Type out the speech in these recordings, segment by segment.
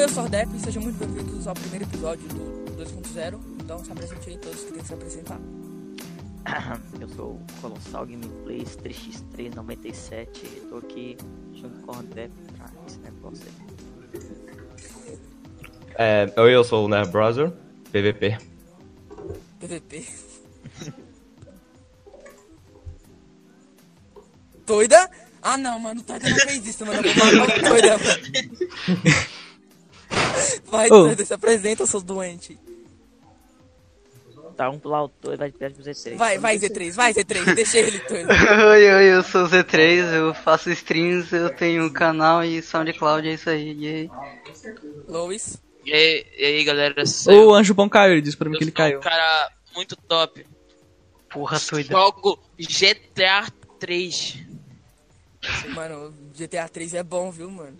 eu sou o Depp e sejam muito bem-vindos ao primeiro episódio do 2.0. Então se apresente aí todos que têm que se apresentar. Eu sou o Colossal Gameplays 3x397 e tô aqui junto com o Depp pra esse negócio aí. É, oi, eu sou o Nerd Browser, PVP. PVP. Doida? Ah não, mano, Doida não fez isso, mano. Eu vou matar o Doida, mano. Vai, Ô. Doida, se apresenta, seu doente. Tá um pro autor e vai de perto pro Z3. Vai, vai, Z3, vai, Z3, deixa ele, Doida. Oi, oi, eu sou o Z3, eu faço streams, eu tenho um canal e SoundCloud, é isso aí. E aí? Lois. E aí, e aí, galera, sou eu. O anjo bom caiu, ele disse pra mim Eu que ele sou caiu. um cara muito top. Porra, doida. Jogo GTA 3. Mano, GTA 3 é bom, viu, mano?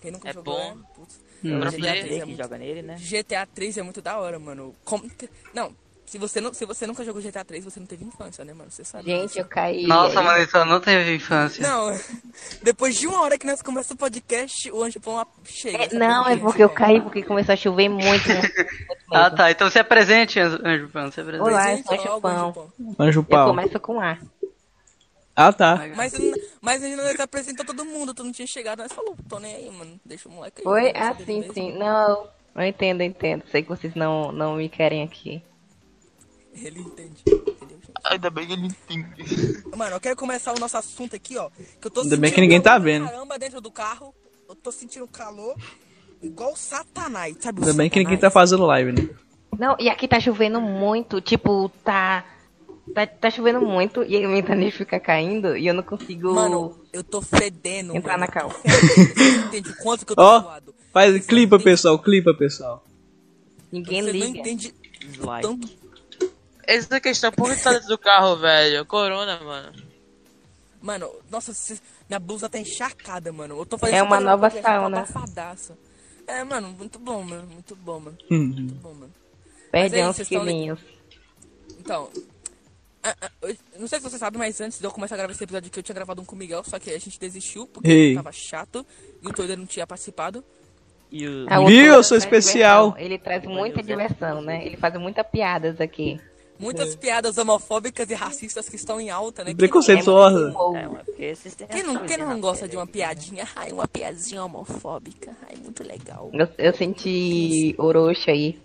Quem nunca É jogou, bom. Hum. né? Putz. Eu Não, não Pra sei GTA player. 3 é que muito joga nele, né? GTA 3 é muito da hora, mano. Como que- Não, se você, não, se você nunca jogou GTA 3, você não teve infância, né, mano? Você sabe. Gente, eu caí. Nossa, mano, então não teve infância. Não, depois de uma hora que nós começamos o podcast, o Anjo Pão chega. É, não, é porque eu caí porque começou a chover muito. né? muito, muito Ah, mesmo. tá. Então se apresente, Anjo Pan, se apresente. Olá. Mas, eu sou Anjo Pão. Anjo Eu pau. começo com A. Ah, tá. mas, mas ainda nós apresentou todo mundo, tu não tinha chegado, nós falou, tô nem aí, mano, deixa o moleque aí. Foi? mano, Ah, sabe sim, mesmo. sim. Não, eu entendo, eu entendo. Sei que vocês não, não me querem aqui. Ele entende, entendeu, gente? Ainda bem que ele entende. Mano, eu quero começar o nosso assunto aqui, ó, que eu tô Ainda bem sentindo que ninguém tá calor vendo. caramba dentro do carro, eu tô sentindo calor igual o Satanás, sabe? o Ainda bem que ninguém tá Satanás? fazendo live, né? Não, e aqui tá chovendo muito. Tipo, tá. Tá, tá chovendo muito e a minha internet fica caindo e eu não consigo. Mano, eu tô fedendo, Entrar mano, na cal. eu tô fedendo, Você não entende o quanto que eu tô Ó, suado. faz clipa, Você não pessoal, clipa, pessoal. ninguém Você não liga. entende Dislike. tanto Essa questão, por que tá dentro do carro, velho? Corona, mano. Mano, nossa, se- minha blusa tá encharcada, mano. Eu tô fazendo É isso uma pra- nova porque ela tá sauna. abafadaça. É, mano, muito bom, mano. Muito bom, mano. Hum. Muito bom, mano. Mas Perdeu aí, uns vocês tão quilinhos. Então, ah, ah, eu não sei se você sabe, mas antes de eu começar a gravar esse episódio aqui, eu tinha gravado um com o Miguel, só que a gente desistiu porque Ei. tava chato e o Toiler não tinha participado. E o... Tá, Ah, o Viu? Arthur Eu sou traz especial. diversão. Ele traz muita diversão, né? Ele faz muitas piadas aqui. Muitas piadas homofóbicas e racistas que estão em alta, né? Quem não- É Preconceituosa. muito bom. É, mas porque esses têm Quem as não, coisas né? quem não na gosta série de uma aí. piadinha? Ai, uma piadinha homofóbica. Ai, muito legal. Eu, eu senti Orochi aí.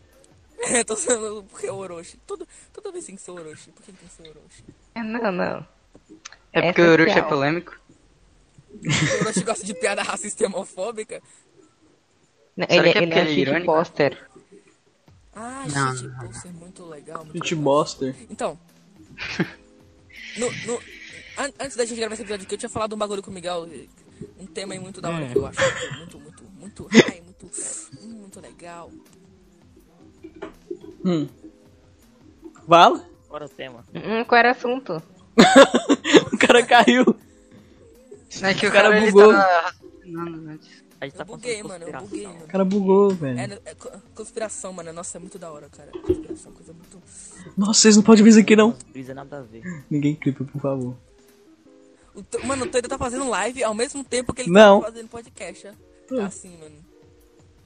Eu tô sendo porque é o Orochi. Todo, toda vez tem que ser o Orochi. Por que tem que ser o Orochi? É, Não, não. É porque É o Urux é social. polêmico? O Orochi gosta de piada racista e homofóbica. Não, Será Ele, que é ele porque é ele é shit irônico? poster. Ah, gente, poster muito legal. Muito Gente legal. bosta. Então. no- no- an- antes da gente gravar esse episódio aqui, eu tinha falado um bagulho com o Miguel. Um tema aí muito da É. hora que eu acho. Muito, muito, muito high, muito, muito legal. Hum. Fala? Fora o tema. Hum, qual era o assunto? o cara caiu. É que o cara cara, ele bugou. tá raciocinando antes. A gente Eu tá buguei, passando mano. Eu conspiração. buguei, mano. O cara bugou, É, velho. é co- conspiração, mano. Nossa, é muito da hora, cara. Conspiração, coisa muito. Nossa, vocês não podem ver isso aqui, não. Brisa é nada a ver. Ninguém clipa, por favor. O T- Mano, o Toido tá fazendo live ao mesmo tempo que ele Não. Hum. tá fazendo podcast. né? Tá assim, mano.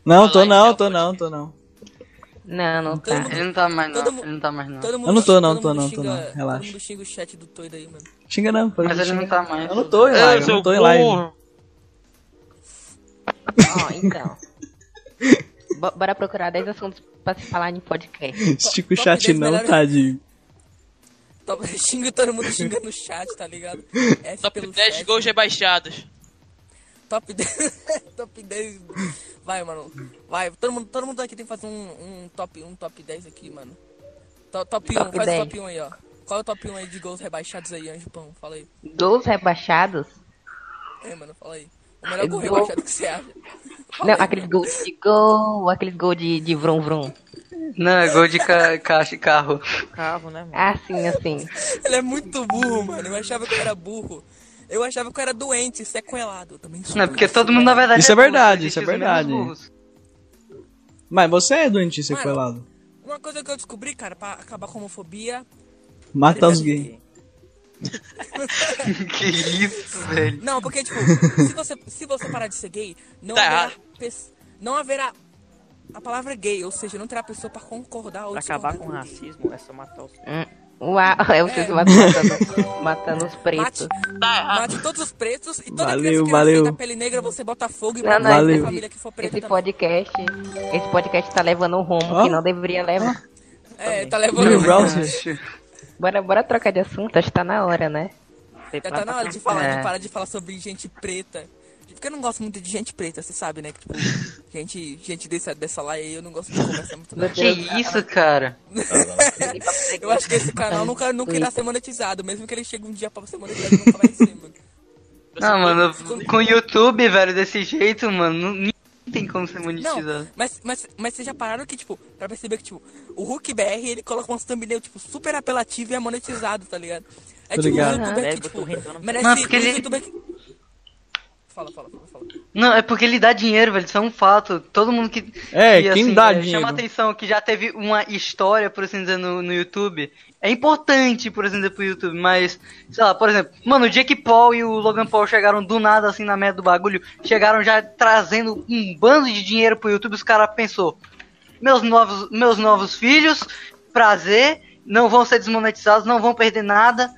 Não, tô não, tô não, tô não. Não, não Todo tá. mundo- Ele não tá mais não, Todo mu- ele não tá mais não. Todo mundo, Ah, é. Eu não tô, não, todo tô, mundo não, tô, xinga, não. Relaxa. Todo mundo xinga o chat do Toido aí, mano. Xinga não, pode Mas ele não tá mais. Eu não tô em live, eu não tô em live. Ó, então. Bo- Bora procurar 10 assuntos pra se falar em podcast. Estica o Top Tipo chat 10 não, melhores- tadinho. Tá- xinga todo mundo xingando o chat, tá ligado? F Top pelo 10 chat. gols rebaixados. Top 10. top 10. Vai, mano. Vai. Todo mundo, todo mundo aqui tem que fazer um, um, top, um top 10 aqui, mano. To- top 1, Top faz o 10. top 1 aí, ó. Qual é o top 1 aí de gols rebaixados aí, Anjo Pão? Fala aí. Gols rebaixados? É, mano, fala aí. O É melhor gol Gol. rebaixado que você acha. Fala Não, aí, aqueles gols de gol, aqueles gols de, de vrum vrum. Não, é gol de ca caixa e carro. Carro, né, mano? Assim, assim. Ele é muito burro, mano. Eu achava que eu era burro. Eu achava que eu era doente, sequelado. Eu também sou Não, é porque doente, todo mundo na sequelado. verdade Isso é burro, verdade, existe isso é os mesmos verdade. burros. Mas você é doente sequelado. Uma coisa que eu descobri, cara, pra acabar com a homofobia. Mata os gays. Que isso, velho. Não, porque, tipo, se você, se você parar de ser gay, não Tá haverá. errado. pes- Não haverá a palavra gay, ou seja, não terá pessoa pra concordar ou Pra acabar com o discordar. racismo é só matar os. Hum. Uau, é vocês matando, matando os pretos. Mate, Tá mate todos os pretos e toda Valeu, criança que valeu. nascer da pele negra você bota fogo e Não, mata não, toda Valeu. a família que for preta Esse também. podcast, esse podcast tá levando um rumo Ó. que não deveria levar. É, tá Will levando... Browser. Bora, bora trocar de assunto, acho que tá na hora, né? Tem Já tá plata na hora de pra- falar, É. não para de falar sobre gente preta. Porque eu não gosto muito de gente preta, você sabe, né? Que, tipo, gente, gente dessa, dessa lá e eu não gosto de conversar muito. não. Que isso, cara? Eu acho que esse canal nunca, nunca irá ser monetizado, mesmo que ele chegue um dia pra ser monetizado, nunca vai ser, mano. Não, mano, com o YouTube, velho, desse jeito, mano, não, nem tem como ser Não, monetizado. mas, mas, mas vocês já pararam que, tipo, pra perceber que, tipo, o Hulk BR, ele coloca umas thumbnail, tipo, super apelativo e é monetizado, tá ligado? É Tô tipo ligado. um Ah, youtuber que, eu tô tipo, rindo, eu não- merece Não, porque um ele- youtuber que... Fala, fala, fala, fala. Não, é porque ele dá dinheiro, velho, isso é um fato. Todo mundo que. É, que, quem dá dinheiro? Chama atenção que já teve uma história, por assim dizer, no, no YouTube. É importante, por exemplo, pro YouTube, mas. Sei lá, por exemplo, mano, o Jake Paul e o Logan Paul chegaram do nada assim na merda do bagulho. Chegaram já trazendo um bando de dinheiro pro YouTube, os caras pensou. Meus novos, meus novos filhos, prazer, não vão ser desmonetizados, não vão perder nada.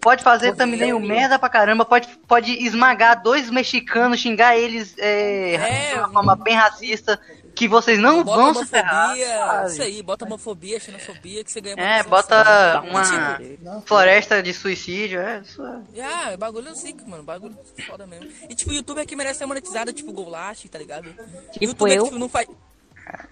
Pode fazer também o merda pra caramba, pode, pode esmagar dois mexicanos, xingar eles é, É, de uma forma bem racista, que vocês não bota vão se ferrar. homofobia, sabe? isso aí, bota homofobia, xenofobia, que você ganha É, monetização. bota Tipo, uma floresta de suicídio, é isso. é. Ah, é bagulho é zica, mano. Bagulho foda mesmo. E tipo, youtuber que merece ser monetizado, tipo Golash, tá ligado? Tipo youtuber eu. que tipo, não faz.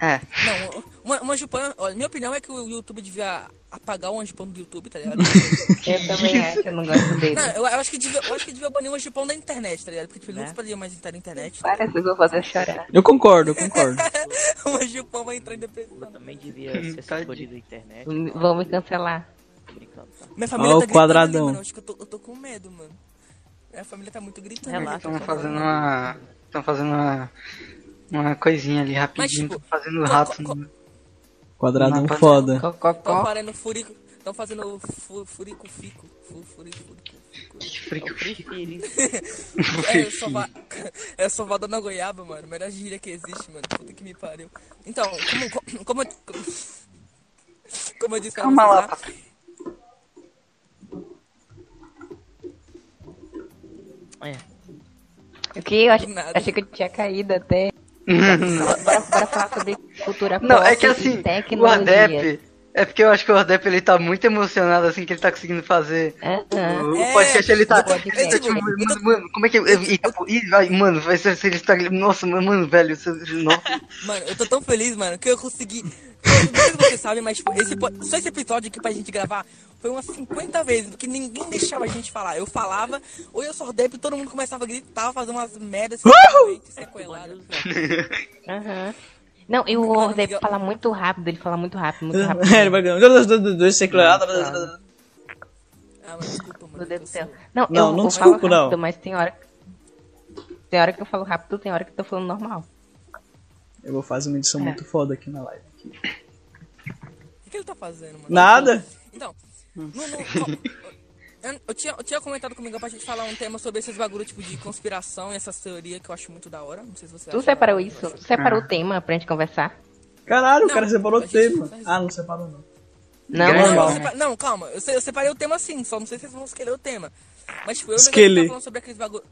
É. Não, uma, uma Jupan, olha, minha opinião é que o YouTube devia apagar o Anjipão do YouTube, tá ligado? Eu também acho, eu não gosto dele. não, eu, eu acho que devia, eu acho que devia banir o Anjipão da internet, tá ligado? Porque tipo, ele nunca poderia mais entrar na internet. Para, vocês vão fazer eu chorar. Eu concordo, eu concordo. o Anjipão vai entrar em depressão. Também devia Hum, ser tadinho. sacudido da internet. Vão me cancelar. Tô brincando, tá? Minha família Ó, o tá gritando ali, quadradão. mano. Eu acho que eu tô, eu tô com medo, mano. Minha família tá muito gritando. Relaxa, Tá Estão falando. fazendo uma. Estão fazendo uma. Uma coisinha ali rapidinho, tipo, tão fazendo co- rato. co- no- Quadradão foda. Estão Cococó. fazendo furico. Estão fazendo fu- furico fico. Fu- Furico, furico, fico. Eu prefiro, hein? É, eu sou, va... eu sou vada na goiaba, mano. Melhor gíria que existe, mano. Puta que me pariu. Então, como. co- Como, eu- como, eu disse pra Calma lá, vocês né? É. O que? Eu acho, Do nada. achei que eu tinha caído até. Bora, bora falar sobre cultura Não, é pop que e assim, o tecnologia. Adep. É porque eu acho que o Adep ele tá muito emocionado assim que ele tá conseguindo fazer. Aham. O É, podcast ele tá. o podcast. ele tá, tipo, mano, mano, como é que. e, tipo, e vai, mano, vai ser se ele tá. Nossa, mano, velho. você- nossa. lá. Mano, eu tô tão feliz, mano, que eu consegui. Não sei se vocês sabem, mas tipo, esse, po- só esse episódio aqui pra gente gravar foi umas 50 vezes, porque ninguém deixava a gente falar. Eu falava, ou eu sou e todo mundo começava a gritar, fazer umas merdas completamente sequeladas. Aham. Não, e o Mano, Ordep eu- fala muito rápido, ele fala muito rápido, muito rápido. É, Ele vai ganhando. Dois seculados. Ah, mano, desculpa, mano. Meu Deus eu do tô céu. sendo- Não, Não, eu, não eu desculpa, falo rápido, não. mas tem hora. Tem hora que eu falo rápido, tem hora que eu tô falando normal. Eu vou fazer uma edição muito foda aqui na live. O que que ele tá fazendo, mano? Nada. Então, no, no- eu, eu tinha, eu tinha comentado comigo pra gente falar um tema sobre esses bagulho tipo de conspiração e essas teorias que eu acho muito da hora. Não sei se você Tu separou isso? Tu separou Ah. o tema pra gente conversar? Caralho, o Não, cara separou a o gente tema. faz- Ah, não separou não. Não, É Não, Grande eu né? Normal. sepa- não, calma, eu, se- eu separei o tema sim, só não sei se vocês vão escolher o tema. Mas tipo, eu mesmo Esquele. tava falando sobre aqueles bagulho.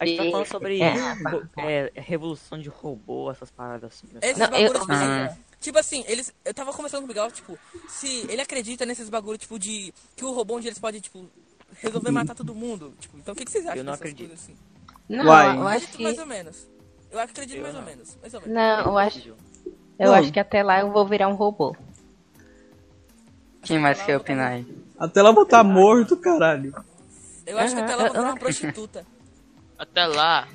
A gente tá falando sobre É. ro- é, revolução de robô, essas paradas assim. né? Esses Não, eu- bagulhos, tipo, Ah. tipo assim, eles. Eu tava conversando com o Miguel, tipo, se ele acredita nesses bagulho, tipo, de. Que o robô um dia eles podem, tipo, resolver matar todo mundo. Tipo, então o que, que vocês acham Hum. Eu não dessas acredito. coisas assim? não Uai. eu acho que. mais ou menos. Eu acredito Eu mais ou não. menos. Mais ou menos. Não, eu acho. Eu Não. acho que até lá eu vou virar um robô. Quem mais quer opinar aí? Até lá botar morto, caralho. Eu acho que até lá eu vou Aham, virar uma prostituta. Tipo Até lá,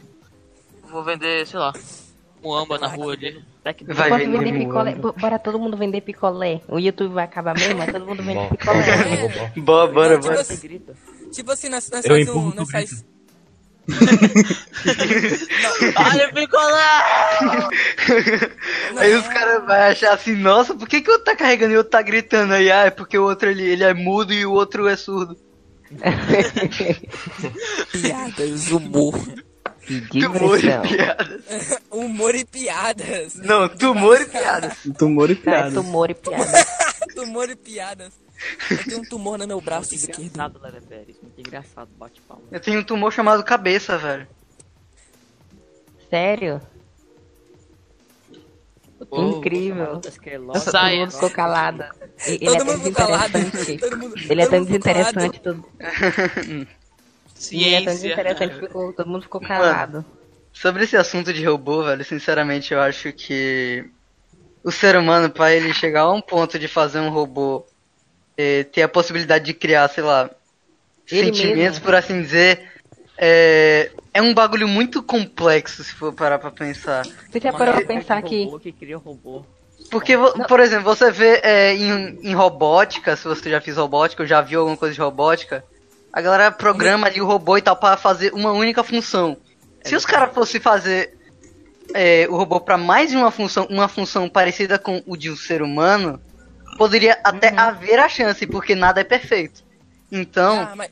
vou vender, sei lá, um amba na rua ali. Será que Vai Posso vender vender picolé? morango. Bo- Bora todo mundo vender picolé. O YouTube vai acabar mesmo, mas todo mundo vende Bom, picolé. vou, vou, vou. Bora, bora, tipo, bora. você assim, grita? tipo assim, nós, nós Eu faz empurro um. o Nós faz... Olha o picolé! Aí os caras vão achar assim, nossa, por que, que o outro tá carregando e o outro tá gritando aí? Ah, é porque o outro ele, ele é mudo e o outro é surdo. Piadas, humor. Que Tumor e digressão. piadas. Humor e piadas. Não, tumor e piadas. Tumor e Cara, piadas. tumor e piada. Tumor e piadas. Eu tenho um tumor no meu braço esquerdo. Engraçado, Leve Pérez. é Muito engraçado, bate palma. Eu tenho um tumor chamado cabeça, velho. Sério? Pô, Incrível. Lucas é Queiroz. Nossa, todo Science. mundo ficou calado. E- Ele Todo é tão mundo ficou calado. desinteressante. Todo mundo- Ele é todo tão mundo ficou calado. desinteressante. Todo... Ele é tão Ciência. desinteressante. Ficou... Todo mundo ficou calado. Sobre esse assunto de robô, velho, sinceramente eu acho que o ser humano, pra ele chegar a um ponto de fazer um robô eh, ter a possibilidade de criar, sei lá, Ele sentimentos, mesmo. por assim dizer, é, é um bagulho muito complexo, se for parar pra pensar. Você já Uma parou é pra realidade pensar de que robô que cria robô. Porque, vo- por exemplo, você vê é, em, em robótica, se você já fez robótica ou já viu alguma coisa de robótica, a galera programa ali o robô e tal pra fazer uma única função. Se os caras fossem fazer é, o robô pra mais de uma função, uma função parecida com o de um ser humano, poderia até haver a chance, porque nada é perfeito. Então, Ah, mas...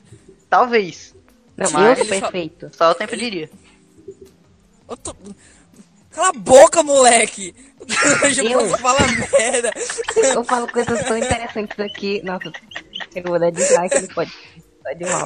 talvez. Não, Mas- eu Ele sou só- perfeito. Só o tempo diria. eu tô- Cala a boca, moleque! Eu? Eu fala merda! Eu falo coisas tão interessantes aqui. Nossa, eu vou dar dislike, ele pode. Pode mal.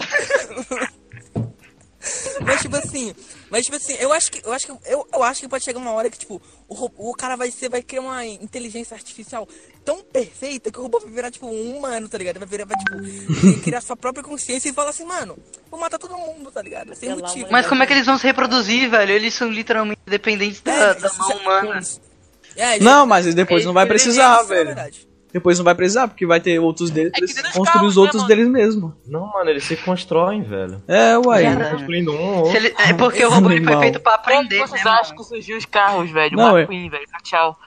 Mas tipo assim, mas tipo assim, eu acho que eu acho que eu, eu acho que pode chegar uma hora que tipo o, ro- o cara vai ser vai criar uma inteligência artificial tão perfeita que o robô vai virar tipo um humano, tá ligado? Vai virar vai, tipo criar sua própria consciência e falar assim, mano, vou matar todo mundo, tá ligado? Sem Pela motivo. Mas como é que eles vão se reproduzir, velho? Eles são literalmente dependentes da, da mão humana. É, ele- Não, mas depois ele- não vai ele- isso precisar, é velho. verdade. Depois não vai precisar, porque vai ter outros deles É que pra eles eles construir os calam, né, outros mano? deles mesmo. Não, mano, eles se constroem, velho. É, uai. Verdade. Construindo um ou Se outro. ele- é porque o robô ele foi Animal. feito pra Quando aprender, né, vocês mano? acham que surgiu os carros, velho? Não, Não, é- McQueen, velho. Tá, tchau.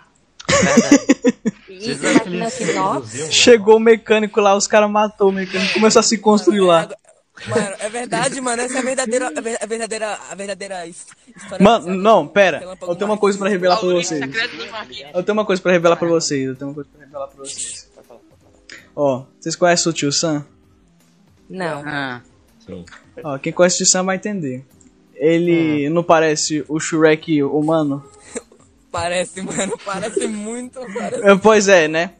E imagina que nós. Produziam, velho. Chegou o mecânico lá, os caras matou o mecânico, começou a se construir Mano, é lá. agora- Mano, é verdade, mano. Essa é a verdadeira, a ver- a verdadeira, a verdadeira his- história. Mano, não, pera. Relâmpago Eu tenho uma Marquinhos. coisa pra revelar pra vocês. secreto dos Marquinhos. Eu tenho uma coisa pra revelar pra vocês. Eu tenho uma coisa pra revelar pra vocês. Ó, vocês conhecem o tio Sam? Não. Ah. Sim. Ó, quem conhece o tio Sam vai entender. Ele não parece o Shrek humano? Parece, mano. Parece muito. Parece... É, Pois é, né?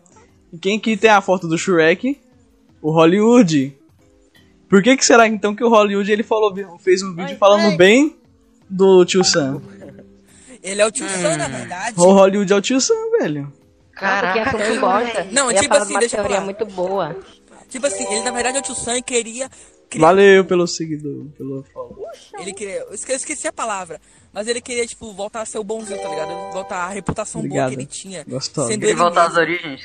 E Quem que tem a foto do Shrek? O Hollywood. Por que que será então que o Hollywood ele falou, fez um vídeo falando bem do tio Sam? Ele é o tio Sam, Hum. na verdade. O Hollywood é o tio Sam, velho. Nossa, que Caraca, assunto bosta. Não, Eu ia tipo falar assim, de uma deixa eu teoria falar. muito boa. Tipo assim, ele na verdade é o tio Sam e queria. cri- Valeu pelo seguidor, pelo follow. Ele queria. Eu esque- eu esqueci a palavra. Mas ele queria, tipo, voltar a ser o bonzinho, tá ligado? Voltar a reputação boa Obrigado. que ele tinha. Gostosa. Sendo ele voltar às mesmo. origens?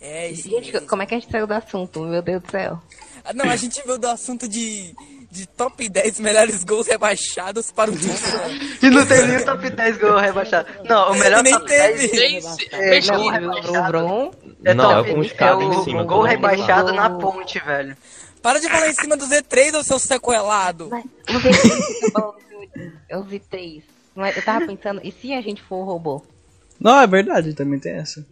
É, isso Gente, mesmo. como é que a gente saiu do assunto? Meu Deus do céu. Ah, Não, a gente veio do assunto de. De top 10 melhores gols rebaixados para o tio Sam. E não tem nem o top 10 gol rebaixado. Não, o melhor Nem top teve. 10 Tem Não, Não, é é Brum, é, Não, top, é com os é caras em cima. o gol todo mundo lá. rebaixado na ponte, velho. Para de falar em cima do Z3, ô seu sequelado. O tá Z3, é o Z3. Mas eu tava pensando, e se a gente for o robô? Não, é verdade, também tem essa. Se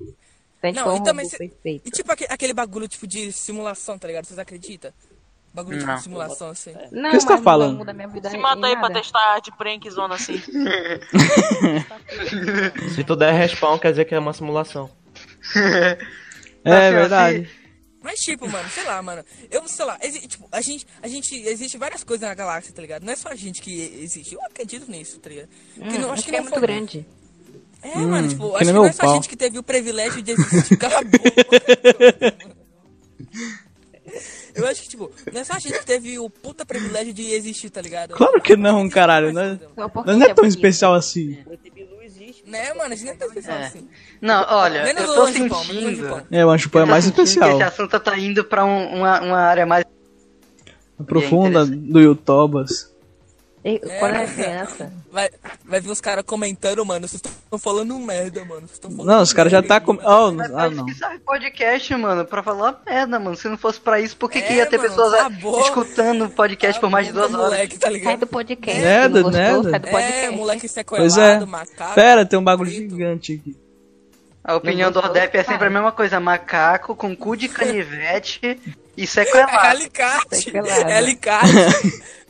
a gente for Não, um e também. robô cê- perfeito. E tipo aque- aquele bagulho tipo de simulação, tá ligado? Vocês acreditam? Bagulho tipo, Não. de simulação, assim. Não, que mas você tá não falando? vai mudar minha vida Se em mata aí pra nada. testar de prank zona assim. Se tu der respawn, quer dizer que é uma simulação. É Assim, verdade. Mas tipo, mano, sei lá, mano. Eu, sei lá, exi- tipo, a gente, a gente, existe várias coisas na galáxia, tá ligado? Não é só a gente que existe. Eu acredito nisso, tá ligado? Porque não, acho que é não muito grande. É, mano, tipo, Hum, que acho nem que não meu é só pau. a gente que teve o privilégio de existir. Cala a boca. Eu acho que, tipo, não é só a gente que teve o puta privilégio de existir, tá ligado? Tipo, Claro que não, caralho. Nós, Só porque nós não é é tão bonito. especial assim. Né, mano? A gente não tá pensando É. assim. Não, olha, Menos eu o tô Anjo Pão, menos o Anjo sentindo. Pão. É, o Ancho Pão é mais eu tô sentindo especial. Que esse assunto tá indo pra um- uma, uma área mais. Profunda do Yutobas. E Quando eu É. era criança, Vai, vai ver os caras comentando, mano. Vocês estão falando merda, mano. Vocês tão falando Não, os caras já tá com. Oh, Mas ah, parece não. que serve podcast, mano, pra falar merda, mano. Se não fosse pra isso, por que, que É, ia ter mano, pessoas cala a- a boca. escutando o podcast por mais de duas horas? Moleque, tá sai ligado? do podcast. Nada, não gostou, nada. Sai do É, podcast. moleque sequelado, Pois é. macaco. Pera, tem um tá bagulho frito. gigante aqui. A opinião do Não gostou? Ordep é sempre a Para. mesma coisa, macaco com cu de canivete e É sequelado. alicate. Sequelado. É alicate.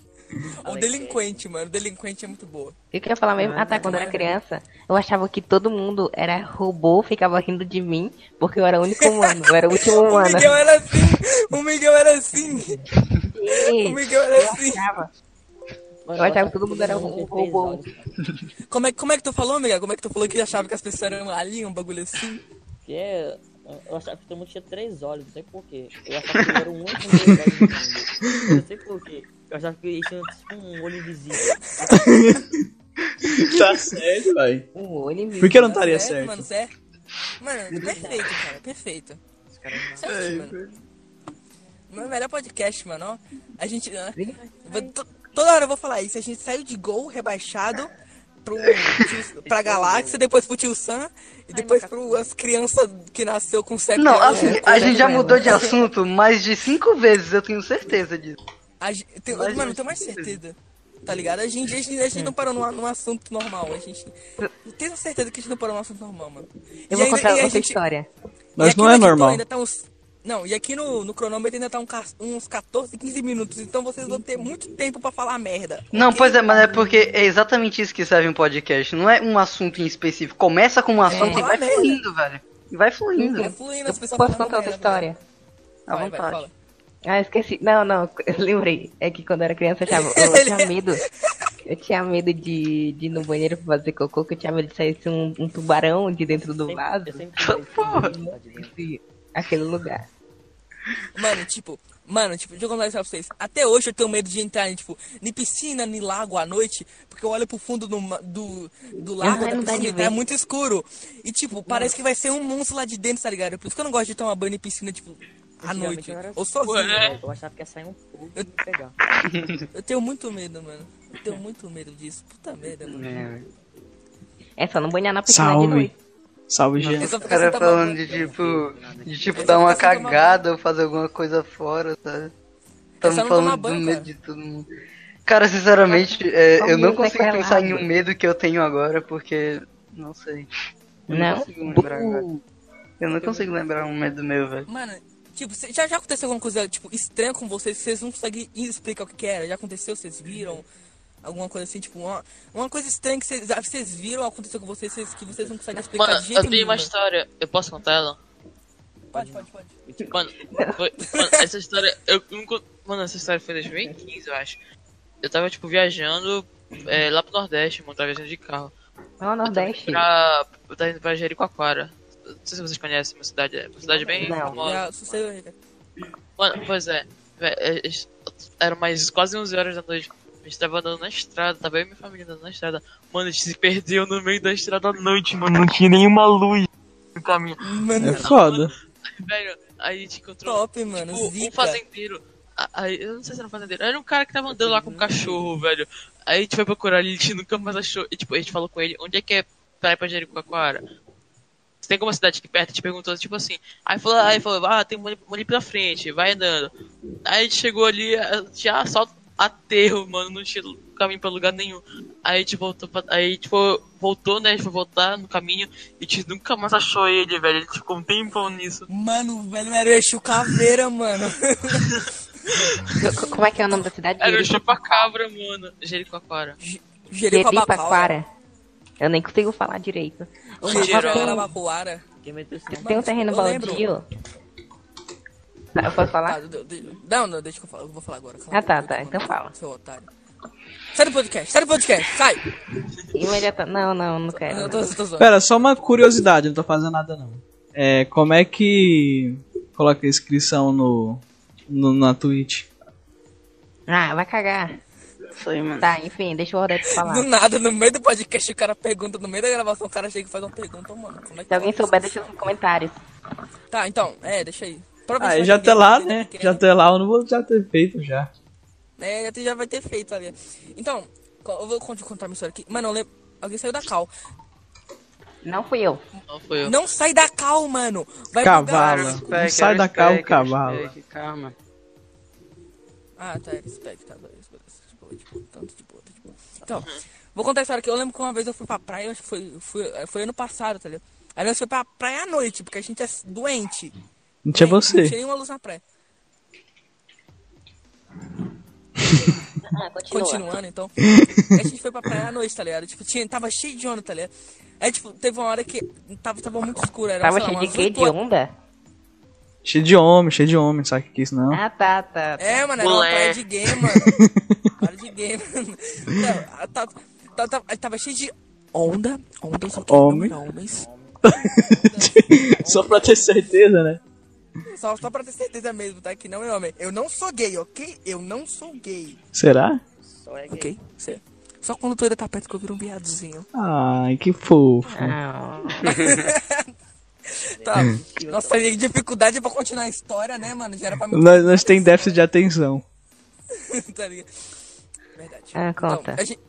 Ou delinquente, mano. Delinquente é muito boa. Eu queria falar mesmo, ah tá, quando eu era criança, eu achava que todo mundo era robô, ficava rindo de mim, porque eu era o único humano, eu era o último O humano. Miguel era assim. O Miguel era assim. O Miguel era assim. Eu achava que todo mundo era um robô. Como é, como é que tu falou, Miguel? Como é que tu falou que achava que as pessoas eram ali, um bagulho assim? Porque eu achava que todo mundo tinha três olhos, não sei porquê. Eu achava que eu era o único com três olhos no mundo. Não sei porquê. Eu achava que eles tinham tipo um olho invisível. tá certo, velho. Um olho Por que eu não estaria Certo, certo? é, Mano, certo. Mano, perfeito, cara. Perfeito. Certo, mano. Meu melhor podcast, mano. ó. A gente. né, vou- to- Toda hora eu vou falar isso. A gente saiu de gol rebaixado pro, tio- pra Galáxia, depois pro Tio Sam e depois pro as crianças que nasceu com sete Não, anos. assim, com a sete gente já anos. mudou de assunto mais de cinco vezes, eu tenho certeza disso. A gente- tem, Mas mano, eu eu tenho mais tenho certeza. Tá ligado? A gente, a gente, a gente não parou num, num assunto normal. A gente. Eu tenho certeza que a gente não parou num assunto normal, mano. Eu vou ainda- contar e a outra gente- história. e Mas aqui não no é editor normal. ainda tá uns- Não, e aqui no, no cronômetro ainda tá um ca- uns 14, 15 minutos. Então vocês vão ter muito tempo pra falar merda. Não, pois é, mas é porque é exatamente isso que serve um podcast. Não é um assunto em específico. Começa com um assunto e Fala vai merda. fluindo, velho. E vai fluindo. Vai fluindo, as pessoas Posso falando contar outra merda, história? À Vai, vai, vontade. fala. Ah, esqueci. Não, não, eu lembrei. É que quando eu era criança eu, achava, eu tinha medo. Eu tinha medo de, de ir no banheiro pra fazer cocô, que eu tinha medo de sair um, um tubarão de dentro do vaso. Eu sempre falei que eu ia de assim. dentro. Esse- Aquele lugar. Mano, tipo, mano, tipo, deixa eu contar isso pra vocês. Até hoje eu tenho medo de entrar, em, tipo, nem piscina, nem lago à noite, porque eu olho pro fundo do, ma- do, do lago, Ah, da não dá piscina, de e ver. tá muito escuro. E, tipo, parece que vai ser um monstro lá de dentro, tá ligado? Por isso que eu não gosto de tomar banho em piscina, tipo, à Antigamente noite. eu era Ou Ué. sozinho. Eu achava que ia sair um pouco e pegar. Eu tenho muito medo, mano. Eu tenho muito medo disso. Puta merda, mano. É só não banhar na piscina de Salve. noite. Salve, Jean. É só O ficar sem cara tomar falando banho. de tipo. De tipo, dar uma cagada ou fazer alguma coisa fora, sabe? É só Tamo não falando tomar do banho, medo cara. de todo mundo. Cara, sinceramente, é, Só eu não medo consigo Tá daquela pensar em água. um medo que eu tenho agora, porque. Não sei. Eu não Não? consigo lembrar agora. Eu não consigo lembrar um medo meu, velho. Mano, tipo, cê- já, já aconteceu alguma coisa, tipo, estranha com vocês? que Vocês não conseguem explicar o que, que era? Já aconteceu? Vocês viram? Alguma coisa assim, tipo, uma, uma coisa estranha que vocês, ah, vocês viram aconteceu com vocês, vocês- que vocês não conseguem explicar Mano, de jeito eu tenho nenhum. uma história. Eu posso contar ela? Pode, pode, pode. Mano, foi- mano, essa história. Eu nunca. Mano, essa história foi em 2015, eu acho. Eu tava, tipo, viajando é, lá pro Nordeste, mano, tava viajando de carro. Lá no Eu tava indo Nordeste. Pra, eu tava indo pra Jericoacoara. Não sei se vocês conhecem, uma cidade, é uma cidade bem Não. famosa. Já sucedeu, Ricardo. Mano, pois é. Vé- é, é, Era mais quase 11 horas da noite. A gente tava andando na estrada, tava eu e minha família andando na estrada. Mano, a gente se perdeu no meio da estrada à noite, mano. Não tinha nenhuma luz no caminho. É Mano, foda. Velho, aí a gente encontrou top, mano. tipo, um zica. fazendeiro. A- Aí, eu não sei se era um fazendeiro, era um cara que tava andando lá com um cachorro, velho. Aí a gente foi procurar ele, a gente nunca mais achou. E tipo, a gente falou com ele, onde é que é pra ir pra Jericoacoara? Se tem alguma cidade aqui perto? A gente perguntou, tipo assim. Aí falou, aí falou, ah, tem um ali- um ali pra frente, vai andando. Aí a gente chegou ali, ah, tinha só aterro, mano, não tinha caminho pra lugar nenhum. Aí a gente voltou pra, aí a gente foi- voltou, né, a gente foi voltar no caminho e a gente nunca mais achou ele, velho. Ele ficou um tempão nisso. Mano, velho, era o Exu Caveira, mano. Co- Como é que é o nome da cidade? Era o Jerico- chupacabra, mano. Jericoacoara. Jericoacoara. Jeripaquara. Eu nem consigo falar direito. Uma- uma- Jericoacoara. Quem meteu esse nome? Tem um terreno Eu lembro. baldio. Tá, eu Tá, posso falar? de- de- não, não, deixa que eu falar, eu vou falar agora. Cala Ah, a boca, tá, tá, mano, então fala. Seu otário. Sai do podcast, sai do podcast, sai. Imediata. Não, não, não quero. Tá. Eu tô, eu tô zoando. Pera, só uma curiosidade, não tô fazendo nada não. É, como é que coloca a inscrição no, no na Twitch? Ah, vai cagar. Isso aí, mano. Tá, enfim, deixa o Odete falar. Do nada, no meio do podcast, o cara pergunta, no meio da gravação, o cara chega e faz uma pergunta, mano. Como é que Se alguém tá? souber, deixa nos comentários. Tá, então, é, deixa aí. Ah, Provavelmente e vai já ter até alguém lá, que né? quer. Já até lá, eu não vou já ter feito já. É, já, te- já vai ter feito ali. Então, co- eu vou con- contar minha história aqui. Mano, eu lembro. Alguém saiu da cal. Não fui eu. Não foi eu. Não sai da cal, mano. Vai pro Cavalo. galáxia. Não sai da cal, cavalo. Calma. Ah, tá, respect, tá, beleza, beleza. De boa, de boa, tanto de boa, tá de boa. Então, vou contar a história que eu lembro que uma vez eu fui pra praia, acho que foi, foi, foi ano passado, tá ligado? Aí nós foi pra praia à noite, porque a gente é doente. Não tinha É, Não você. tinha nenhuma luz na praia. Ah, é. continua. Continuando, então. Aí a gente foi pra praia à noite, tá ligado? Tipo, tinha, tava cheio de onda, tá ligado? Aí, tipo, teve uma hora que tava, tava muito escuro. Era, Tava sei lá, cheio de umas quê? oito De horas. onda? Cheio de homem, cheio de homem, sabe o que que é isso não? Ah, tá, tá. tá. É, mano, era uma Mulher. praia de game, mano. Praia de game, mano. Não, a- tá- tá- tá- Tava, cheio de onda, onda, só que Homem. não era homens. Só pra ter certeza, né? Só, só pra ter certeza mesmo, tá? Que não é homem. Eu não sou gay, ok? Eu não sou gay, Será? Só é gay. ok? Cê- Só quando tu ainda tá perto que eu viro um viadozinho. Ai, que fofo. Tá. Hum. Nossa, e dificuldade pra continuar a história, né, mano? Já era pra mim. Nós, nós tem déficit de atenção. tá ligado? Verdade. Ah, conta. Então, a, gente,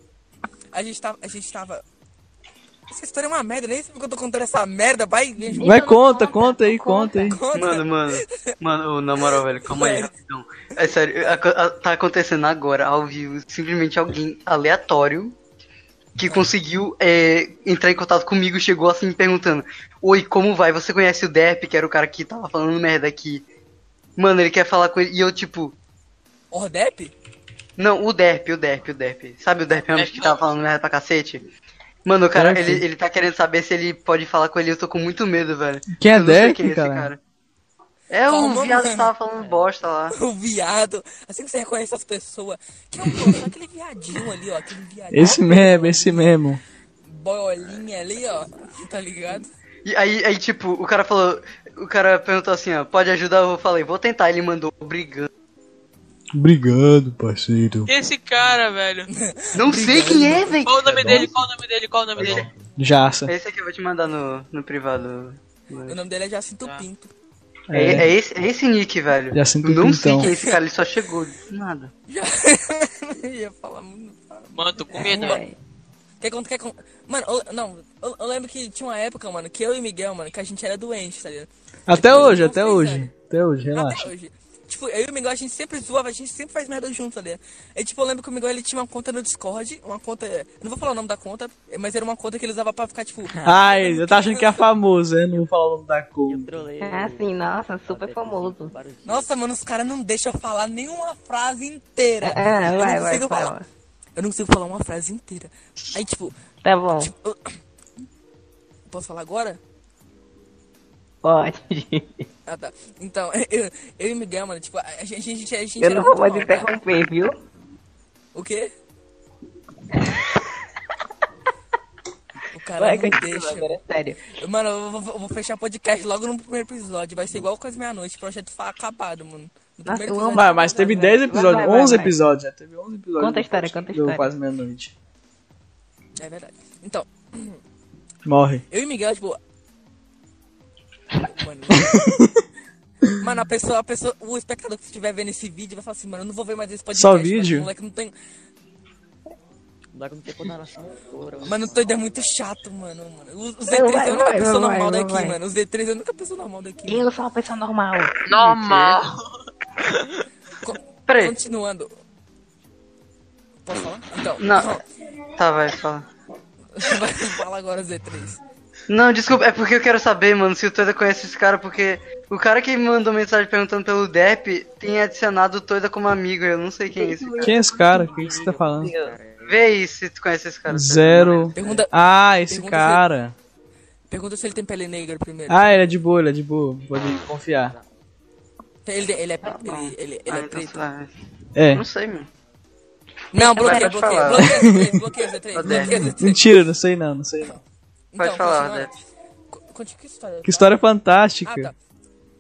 a gente tava. A gente tava. Essa história é uma merda, nem sei porque eu tô contando essa merda, vai. gente, Vai, não conta, conta, conta aí, não conta aí. Conta. Mano, mano, mano, ô, na moral, velho, calma aí, rapidão. É sério, a co- a- tá acontecendo agora, ao vivo, simplesmente alguém aleatório que conseguiu é, entrar em contato comigo chegou assim me perguntando: Oi, como vai? Você conhece o Derp, que era o cara que tava falando merda aqui? Mano, ele quer falar com ele. E eu, tipo, Ordep? não, o Derp, o Derp, o Derp. Sabe o Derp realmente que tava falando merda pra cacete? Mano, o cara, Derp? ele, ele tá querendo saber se ele pode falar com ele. Eu tô com muito medo, velho. Quem é Eu não sei Derp, quem esse cara? É Calma, o viado mano. que tava falando bosta lá. O viado. Assim que você reconhece as pessoas. Que é um só aquele viadinho ali, ó. Aquele viadinho. Esse mesmo, esse mesmo. Boiolinha ali, ó. Tá ligado? E aí, aí, tipo, o cara falou. O cara perguntou assim, ó, pode ajudar? Eu falei, vou tentar. Ele mandou brigando. Obrigado, parceiro. E esse cara, velho? Não sei quem é, velho. Qual o nome dele? Qual o nome dele? Qual o nome dele? Jaça. É esse aqui eu vou te mandar no, no privado. O nome dele é Jacinto Pinto. É, é esse, é esse nick, velho. Jacinto Eu não sei Pintão. quem é esse cara, ele só chegou do nada. Já... Eu ia falar muito. Mano, tô com medo. Ai, Quer contar? Quer contar? Mano, eu, não. Eu, eu lembro que tinha uma época, mano, que eu e Miguel, mano, que a gente era doente, tá ligado? Até Tipo, hoje, não até sei, hoje. velho. Até hoje, Até relaxa. hoje. Tipo, eu e o Miguel, a gente sempre zoava, a gente sempre faz merda junto, tá ligado? E, tipo, eu lembro que o Miguel, ele tinha uma conta no Discord, uma conta... Eu não vou falar o nome da conta, mas era uma conta que ele usava pra ficar, tipo... Ah. Ai, eu tá achando que é famoso, né? Não vou falar o nome da Eu conta. trolei. Ah, sim, nossa, super famoso. Vários dias. Nossa, mano, os caras não deixam eu falar nenhuma frase inteira. Ah, eu não vai, vai, consigo falar. fala. Eu não consigo falar uma frase inteira. Aí, tipo... Tá bom, tipo eu- Posso falar agora? pode. Ah, tá. Então, eu, eu e o Miguel, mano, tipo, a gente, a gente, a gente Eu era não vou muito mais mal, cara. interromper, viu? O quê? o cara Vai, não continua né? deixa. agora, sério. Mano, eu vou, vou- vou fechar o podcast logo no primeiro episódio. Vai ser igual quase meia-noite. O projeto tá acabado, mano. No Nossa, primeiro eu amo. episódio- Mas, mas teve 10 episódios, Vai, vai, 11 vai. episódios. Já teve 11 episódios. Conta a história, conta a Deu história. quase meia-noite. É verdade. Então, Morre. eu e Miguel, tipo. Mano. Mano, a pessoa, a pessoa, o espectador que estiver vendo esse vídeo vai falar assim, mano, eu não vou ver mais esse podcast. Só mano, vídeo? Moleque, não tem... Dá que não tem condenação toda. Mano, o Toido é muito chato, mano. mano. O, o Z3 vai, é a única vai, pessoa vai, normal vai, daqui, vai. mano. O Z3 é a única pessoa normal daqui. Eu sou uma pessoa normal. Normal. Co- Peraí. Continuando. Posso falar? Então. Não. Tá, vai, fala. Vai, fala agora, Z3. Não, desculpa, é porque eu quero saber, mano, se o Toida conhece esse cara, porque o cara que me mandou mensagem perguntando pelo Dep tem adicionado o Toida como amigo, eu não sei quem é esse cara. Quem é esse cara? O que que você tá falando? Vê aí se é tu conhece esse cara. Toida. Zero. Pergunta, Ah, esse Pergunta assim. se- cara. pergunta se ele tem pele negra primeiro. Ah, ele é de boa, ele é de boa. Pode confiar. Ele, ele é, ele, ele, ele Ah, é então preto. suave. É. Não sei, mano. Não, bloqueia, Vai, pode bloqueia. falar. Bloqueia, Z3, bloqueia, Z3. Pode Bloqueia, Z3. Mentira, não sei não, não sei não. Então, Pode falar, continuando. Dep. Co- Conte que história. Que é? história Ah, fantástica. tá.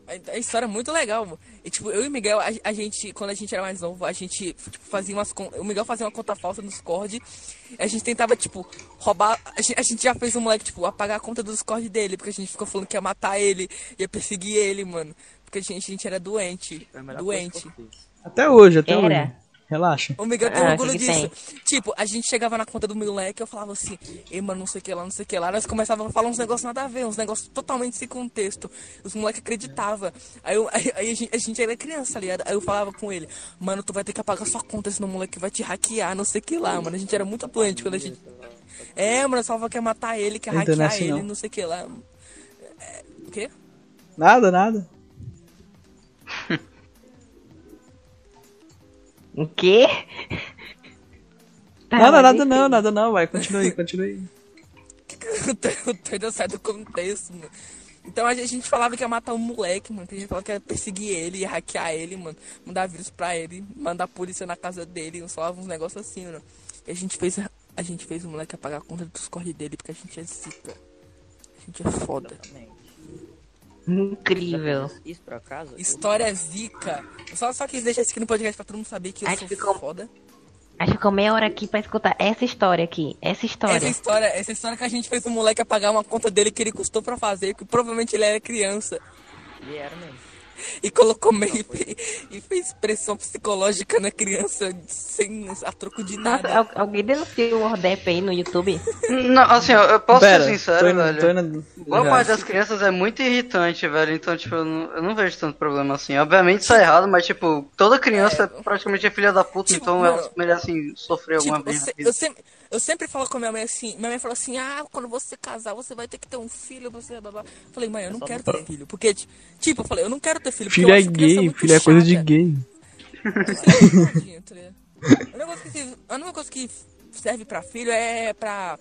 A- A história é muito legal, mano. E, tipo, eu e o Miguel, a, a gente, quando a gente era mais novo, a gente tipo, fazia umas. con- O Miguel fazia uma conta falsa no Discord. E a gente tentava, tipo, roubar. A gente, a gente já fez um moleque, tipo, apagar a conta do Discord dele, porque a gente ficou falando que ia matar ele, ia perseguir ele, mano. Porque a gente, a gente era doente. Foi a melhor coisa que Doente. eu fiz. Até hoje, até Era. hoje. Relaxa. O Miguel tem Ah, orgulho que que disso. Tipo, a gente chegava na conta do moleque, eu falava assim, ei, mano, não sei o que lá, não sei o que lá. Nós começávamos a falar uns negócios nada a ver, uns negócios totalmente sem contexto. Os moleques acreditavam. Aí, eu- aí- aí a, gente, a gente era criança, tá ligado? Aí eu falava com ele, mano, tu vai ter que apagar sua conta, senão o moleque vai te hackear, não sei o que lá, mano. A gente era muito doente quando a gente. É, mano, salva quer matar ele, quer Não entendo hackear assim, ele, não. não sei o que lá. É, o quê? Nada, nada. O quê? Tá, nada, mas nada enfim. não, nada não, vai, continua aí, continua aí. O doido- o doido sai do contexto, mano. Então a gente, a gente falava que ia matar um moleque, mano. que A gente falava que ia perseguir ele, ia hackear ele, mano. Mandar vírus pra ele, mandar a polícia na casa dele. Uns falava uns negócios assim, mano. E a gente fez, a gente fez o moleque apagar a conta do Discord dele, porque a gente é zica. A gente é foda. Incrível. Isso por acaso? História é zica. Só, só quis deixar isso aqui no podcast pra todo mundo saber que eu Acho sou que com- foda. Acho que ficou meia hora aqui pra escutar essa história aqui. Essa Essa história. história, essa história que a gente fez o moleque apagar uma conta dele que ele custou pra fazer, que provavelmente ele era criança. E era mesmo. e colocou meio e fez pressão psicológica na criança sem a troco de Nossa, é nada. al- alguém denunciou o Ordep aí no YouTube? Não, assim, eu, eu posso Pera, ser sincero, tô indo- velho. tô indo- Boa parte das crianças é muito irritante, velho. Então, tipo, eu não, eu não vejo tanto problema assim. Obviamente isso é errado, mas, tipo, toda criança praticamente é filha da puta, Tipo, então mano, elas merecem sofrer Tipo, alguma eu, vez. na se- vida. eu sempre, eu sempre falo com a minha mãe assim, minha mãe fala assim, ah, quando você casar, você vai ter que ter um filho, você babá. Eu Falei, mãe, eu não quero ter filho. Porque, ti- tipo, eu falei, eu não quero ter filho. porque Filho eu é acho criança gay, muito filho é coisa de chata. gay. Filho é tadinho, tá ligado? A única coisa que se- a única coisa que serve pra filho é pra,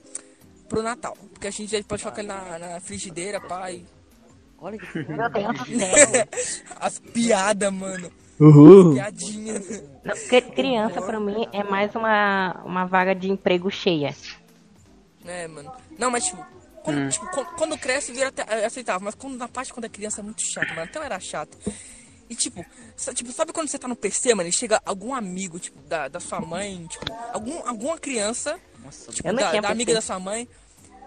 pro Natal. Porque a gente pode colocar ele na, na frigideira, pai. Olha que foda. Meu Deus do céu. As piadas, mano. Uhul. Piadinha. Não, cri- criança, pra mim, é mais uma, uma vaga de emprego cheia. É, mano. Não, mas tipo, quando, tipo, quan- quando cresce vira até é aceitável, mas quando, na parte quando é criança é muito chato, mano. Até eu era chato. E tipo, sa- tipo, sabe quando você tá no PC, mano, e chega algum amigo, tipo, da, da sua mãe, tipo, algum, alguma criança, tipo, Eu não da, tinha da PC. amiga da sua mãe,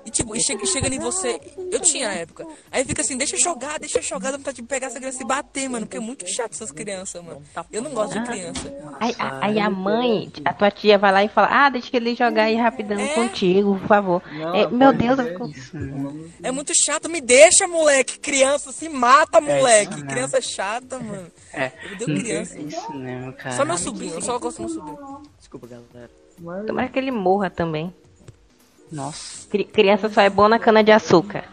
e tipo, e chega, e chega em você. Eu tinha na época. Aí fica assim, deixa eu jogar, deixa eu jogar, dá vontade de pegar essa criança e bater, mano, porque é muito chato essas crianças, mano. tá Eu não gosto de criança. Aí a, aí a mãe, a tua tia vai lá e fala, ah, deixa ele jogar aí rapidão É. contigo, por favor. É, meu Deus, eu fico- É muito chato, me deixa, moleque. Criança se mata, moleque. criança é chata, mano. É. Eu odeio criança. Isso mesmo, cara. Só meu sobrinho, eu só gosto do meu sobrinho. Desculpa, galera. tomara que ele morra também. Nossa, Cri- criança só é boa na cana de açúcar.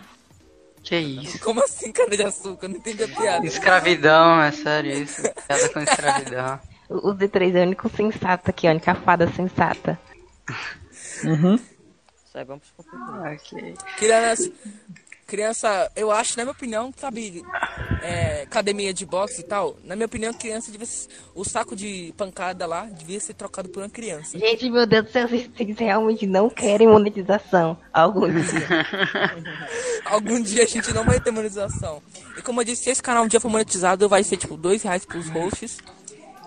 que isso. Como assim, cana de açúcar? Não entendi a piada. Escravidão, é sério isso. Piada com escravidão. O o Z3 é o único sensato aqui, a única fada sensata. Sai, vamos pro ok. Criança, criança, eu acho, na minha opinião, sabe, é, academia de boxe e tal, na minha opinião, criança devia ser, o saco de pancada lá devia ser trocado por uma criança. Gente, meu Deus do céu, vocês vocês realmente não querem monetização. Algum dia. Algum dia a gente não vai ter monetização. E como eu disse, se esse canal um dia for monetizado, vai ser tipo dois reais pros hosts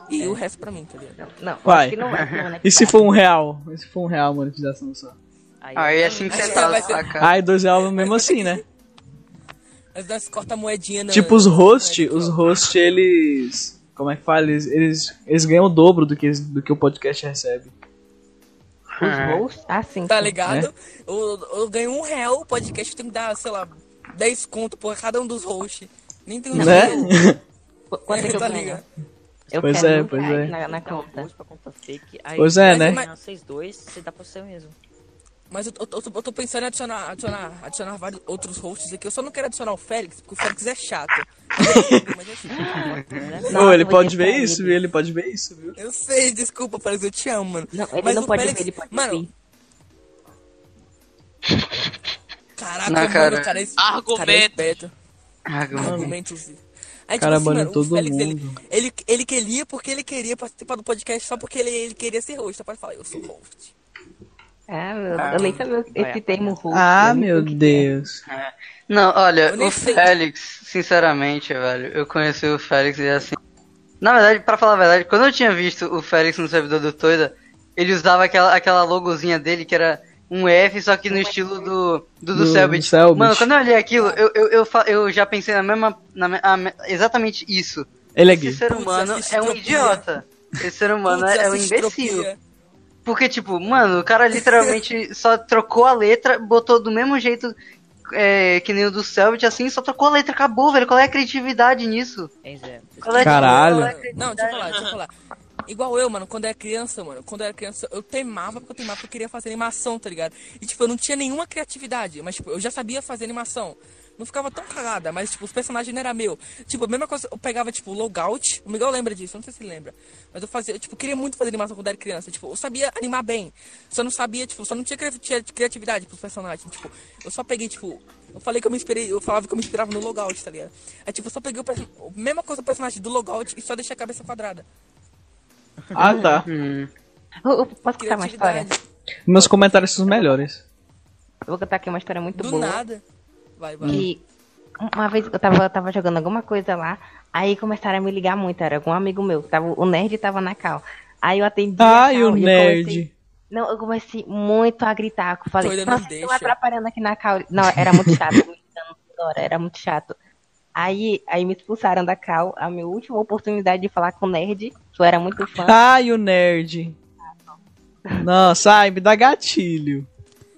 e o resto pra mim, tá ligado? Não, não, Vai. acho que não vai ser monetizado. E se for um real? E se for um real a monetização só? Aí tá é 5 Vai centavos, ser- saca? Ai, dois reais mesmo assim, né? Mas nós corta a moedinha na- Tipo, os na- host, na- os host, eles. Como é que fala? Eles, eles, eles ganham o dobro do que, eles- do que o podcast recebe. Os hosts? Ah, sim. Tá sim. né? ligado? Eu, eu ganho um real o podcast, eu tenho que dar, sei lá, 10 conto por cada um dos hosts. Nem tem um Né? Qu- Quanto é que eu Tá ganho? ligado? Eu Pois quero um né? é, mil pois reais é. Na, Tá na Então, conta. vamos pra conta fake. Aí, Pois é, né? Mas- Vocês dois, você dá pra você mesmo. Mas eu, eu, eu, tô- eu tô pensando em adicionar, adicionar, adicionar vários outros hosts aqui. Eu só não quero adicionar o Félix, porque o Félix é chato. Mas é chato. Não, Nossa, ele eu pode ia ver falar isso, ele. viu? Ele pode ver isso, viu? Eu sei, desculpa, Félix, eu te amo, mano. Não, ele Mas não o pode Félix- ver, ele pode mano, ouvir. Caraca, Não, mano, cara. o cara é es- Argumento. o cara é esperto. Ah, mano. Argumentos. assim. Aí, tipo Cara, mano, o todo Félix, mundo. Ele, ele, ele queria porque ele queria participar do podcast só porque ele, ele queria ser host. Só pode falar, eu sou host. Ah, Tá meu Deus, eu nem sabia esse termo host. Ah, eu nem meu sei o que Deus. Não, olha, Eu nem o sei. Félix, sinceramente, velho, eu conheci o Félix e assim. Na verdade, pra falar a verdade, quando eu tinha visto o Félix no servidor do Toida, ele usava aquela, aquela logozinha dele que era um F, só que no estilo do do, do Do- Selbit. do Selbit. Mano, quando eu olhei aquilo, eu, eu, eu, fa- eu já pensei na mesma. Na, me- a me- exatamente isso. Ele é Esse gay. ser Putz, humano essa é um estropia. idiota. Esse ser humano Putz, é um essa imbecil. estropia. Porque, tipo, mano, o cara literalmente só trocou a letra, botou do mesmo jeito é, que nem o do Selbit, assim, só trocou a letra, acabou, velho. Qual é a criatividade nisso? É zero. Qual é a- Caralho. qual é a criatividade? tipo, Não, deixa eu falar, deixa eu falar. Igual eu, mano, quando era criança, mano, quando era criança, eu teimava porque eu teimava porque eu queria fazer animação, tá ligado? E tipo, eu não tinha nenhuma criatividade, mas tipo, eu já sabia fazer animação. Não ficava tão cagada, mas tipo, os personagens não era meu. Tipo, a mesma coisa, eu pegava, tipo, logout. O Miguel lembra disso, eu não sei se ele lembra. Mas eu fazia, eu, tipo, queria muito fazer animação quando era criança. Tipo, eu sabia animar bem. Só não sabia, tipo, só não tinha cri- tinha criatividade pros personagens. Tipo, eu só peguei, tipo, eu falei que eu me inspirei, eu falava que eu me inspirava no logout, tá ligado? Aí tipo, eu só peguei o perso- a mesma coisa do personagem do logout e só deixei a cabeça quadrada. Ah, tá. Eu, eu posso contar uma história? Criatividade. Meus comentários são os melhores. Eu vou contar aqui uma história muito Do boa. Hum. nada. Vai, vai. Que uma vez eu tava, eu tava jogando alguma coisa lá, aí começaram a me ligar muito, era algum amigo meu, tava, o nerd tava na cal. Aí eu atendi a Ai, cal, o e eu nerd. comecei- não, eu comecei muito a gritar, eu falei, Coisa não nossa, vocês estão deixa." atrapalhando aqui na cal. Não, era muito chato, me ligando toda hora, era muito chato. Aí, aí me expulsaram da cal, a minha última oportunidade de falar com o nerd, que eu era muito fã. Ai, o nerd. Ah, Nossa, ai, me dá gatilho.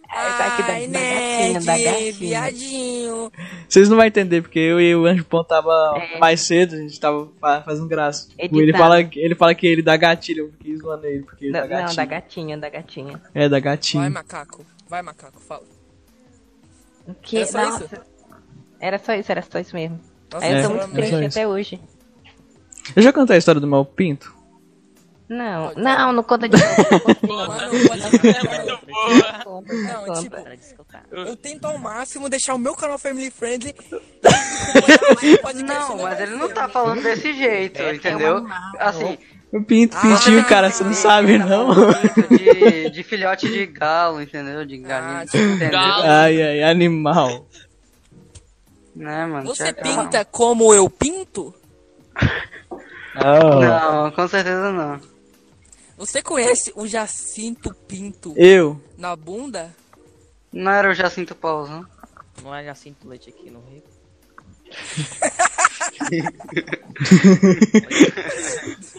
Aí tá aqui da, da gatinha, da gatinha. viadinho. Vocês não vão entender, porque eu e o Anjo Pão tava É. mais cedo, a gente tava fa- fazendo graça. Tipo, Editado. ele, fala, que- ele fala que ele dá gatilho, eu fiquei zoando ele, porque ele Da- dá não, gatilho. da gatinha, da gatinha. É, da Vai, gatilho. macaco. Vai, macaco, fala. Que, Era só nossa, Era só isso, era só isso mesmo. Nossa, Aí eu É, tô Então só- muito é só triste isso. até hoje. Eu já contei a história do meu pinto? Não, Pode. não, não conta de novo. Mano, eu vou- É muito boa. Conta, Não, conta. tipo, Pra descontar. eu tento ao máximo deixar o meu canal family friendly. Mas o podcast Não, mas vai ele não ser. tá falando desse jeito, É, entendeu? Assim, tá O pinto, Ah, pintinho, cara, você não sim. sabe, não? de, de filhote de galo, entendeu? De galinha, Ah, de entendeu? galo. Ai, ai, animal. Né, mano? Você Tinha calma. pinta como eu pinto? Ah, Não, com certeza não. Você conhece o Jacinto Pinto Eu. na bunda? Não era o Jacinto Paulo, não? Não é Jacinto Leite aqui no Rio.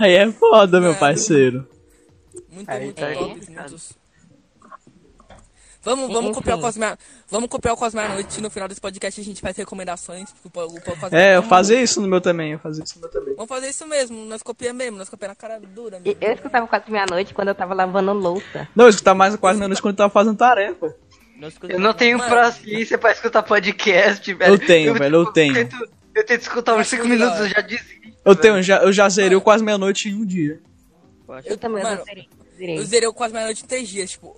Aí é foda, meu parceiro. Muito, Aí muito tá top, complicado. muitos. Vamos, vamos Enfim. copiar o Cosmar. Vamos copiar o Cosmar à noite. No final desse podcast a gente faz recomendações. porque o po- o Cosmar- É, eu fazia isso no meu também, eu fazia isso no meu também. Vamos fazer isso mesmo. Nós copiamos mesmo. Nós copiamos na cara dura. E- mesmo. Eu escutava quase meia-noite quando eu tava lavando louça. Não, eu escutava mais quase menos quando eu tava fazendo tarefa. Não escuta- Eu não tenho Mano. paciência pra escutar podcast, velho. tenho, velho, eu tenho. Tento, eu tento escutar uns Acho 5 que não. minutos, eu já desisto. Eu, tenho, já, eu já zerei o quase meia-noite em um dia. Eu também, Mano, eu zerei. Eu zerei. zerei o quase meia-noite em três dias, tipo.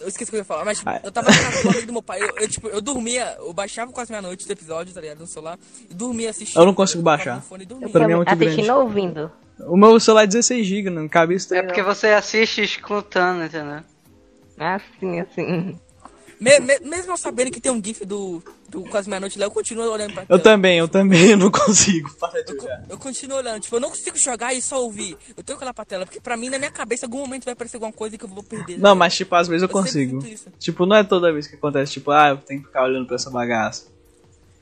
Eu esqueci o que eu ia falar, mas tipo, Ah. eu tava na casa do amigo do meu pai, eu, eu, tipo, eu dormia, eu baixava quase meia-noite os episódios, tá ligado, no celular, e dormia assistindo. Eu não consigo colocava baixar. no fone e dormia. Eu pra mim é também muito assistindo grande. ou Ah, ouvindo. O meu celular é 16GB, não cabe isso É daí, porque você assiste escutando, entendeu? Assim, assim. Me- me- mesmo eu sabendo que tem um gif do, do quase meia-noite lá, eu continuo olhando pra Eu tela. também, eu também não consigo parar de Eu, co- olhar. eu continuo olhando, tipo, eu não consigo jogar e só ouvir. Eu tenho que olhar pra tela, porque pra mim, na minha cabeça, em algum momento vai aparecer alguma coisa que eu vou perder. Não, mas tipo, às vezes eu Eu sempre consigo. sinto isso. Tipo, não é toda vez que acontece, tipo, ah, eu tenho que ficar olhando pra essa bagaça.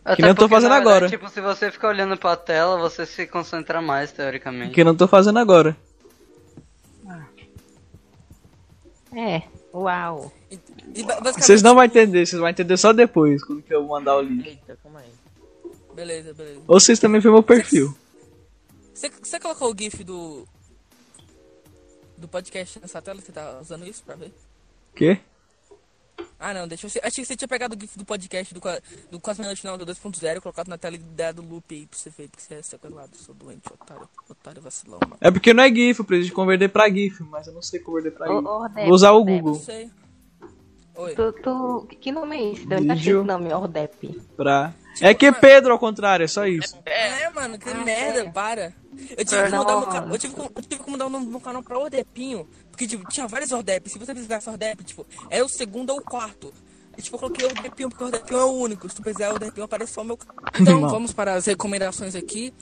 Até nem eu tô porque, fazendo na agora. Tipo, se você ficar olhando pra tela, você se concentra mais, teoricamente. Que eu não tô fazendo agora. É, uau. E, e ba- basicamente- Vocês não vão entender, vocês vão entender só depois, quando que eu mandar o link. Eita, calma aí. Beleza, beleza. Ou vocês também viram meu perfil. Você, você colocou o GIF do. Do podcast nessa tela? Você tá usando isso pra ver? Quê? Ah, não, deixa eu. Achei que você tinha pegado o GIF do podcast do, qua- do Quase Minuto Não, do 2.0 e colocado na tela e dado loop aí pra você ver, porque você é sequelado. Sou doente, otário. Otário vacilão, mano. É porque não é GIF, eu preciso converter pra GIF, mas eu não sei converter pra Ô, GIF. ô, Rodé, Vou usar o Rodé, Não Google sei. Oi. Tu, tu, que nome é esse? De onde tá Vídeo. cheio esse nome? Ordep. pra. Tipo, É que é Pedro ao contrário, é só isso. É, mano, que merda, para. Eu tive, que mudar o meu ca- eu, tive, que- eu tive que mudar o nome do meu canal pra Ordepinho. Porque, tipo, tinha vários Ordep. Se você pesquisasse Ordep, tipo, era o segundo ou o quarto. E, tipo, eu coloquei Ordepinho, porque Ordepinho é o único. Se tu pesquisar Ordepinho, aparece só o meu canal. Então, Não. vamos para as recomendações aqui.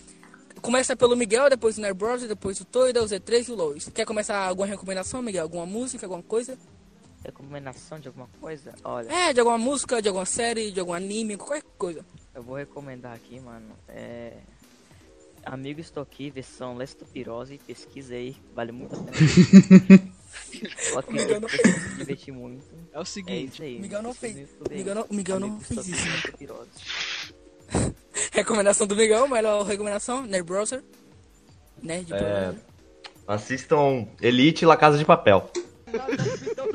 Começa pelo Miguel, depois o Nerbrother, depois o Toida, o Z3 e o Lois. Quer começar alguma recomendação, Miguel? Alguma música, alguma coisa? Recomendação de alguma coisa? Olha, É, de alguma música, de alguma série, de algum anime, qualquer coisa. eu vou recomendar aqui, mano. É. Amigo Estou aqui, versão Lestopirose, pesquisa aí, vale muito a pena. eu acredito que vocês vão se divertir muito. É o É seguinte. isso aí. Miguel não pesquisa no fez- YouTube aí. Miguel não- Miguel não Amigo fez Estou Aqui, isso, né? Lestopirose. Recomendação do Miguel, melhor recomendação, Nerd Browser. Nerd É. Browser. Assistam Elite e La Casa de Papel.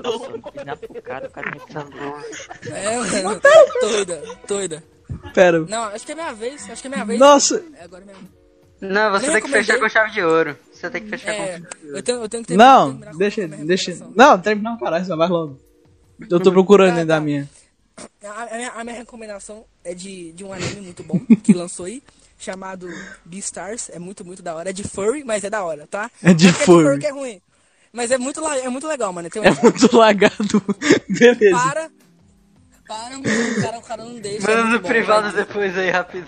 Nossa, eu fiz na pucada, o cara Tá me É, mano. Doida, doida. Pera. Não, acho que é minha vez. Acho que é minha vez. Nossa, É agora mesmo. Não, você Nem tem que fechar recomendei. com chave de ouro. Você tem que fechar É, com. eu tenho, eu tenho que terminar- não, terminar com deixa, a minha deixa. recomendação. Não, termina não, caralho, só vai logo. Eu tô procurando ainda a minha. A, a minha, a minha recomendação é de, de um anime muito bom que lançou aí, chamado Beastars. É muito, muito da hora. É de furry, mas é da hora, tá? É de Não furry. que é ruim. Mas é muito, la- é muito legal, mano. Tem um É muito lagado. Beleza. para. Para, mano. O cara, o cara não deixa. é Manda muito no bom, privado mano. depois aí, rápido.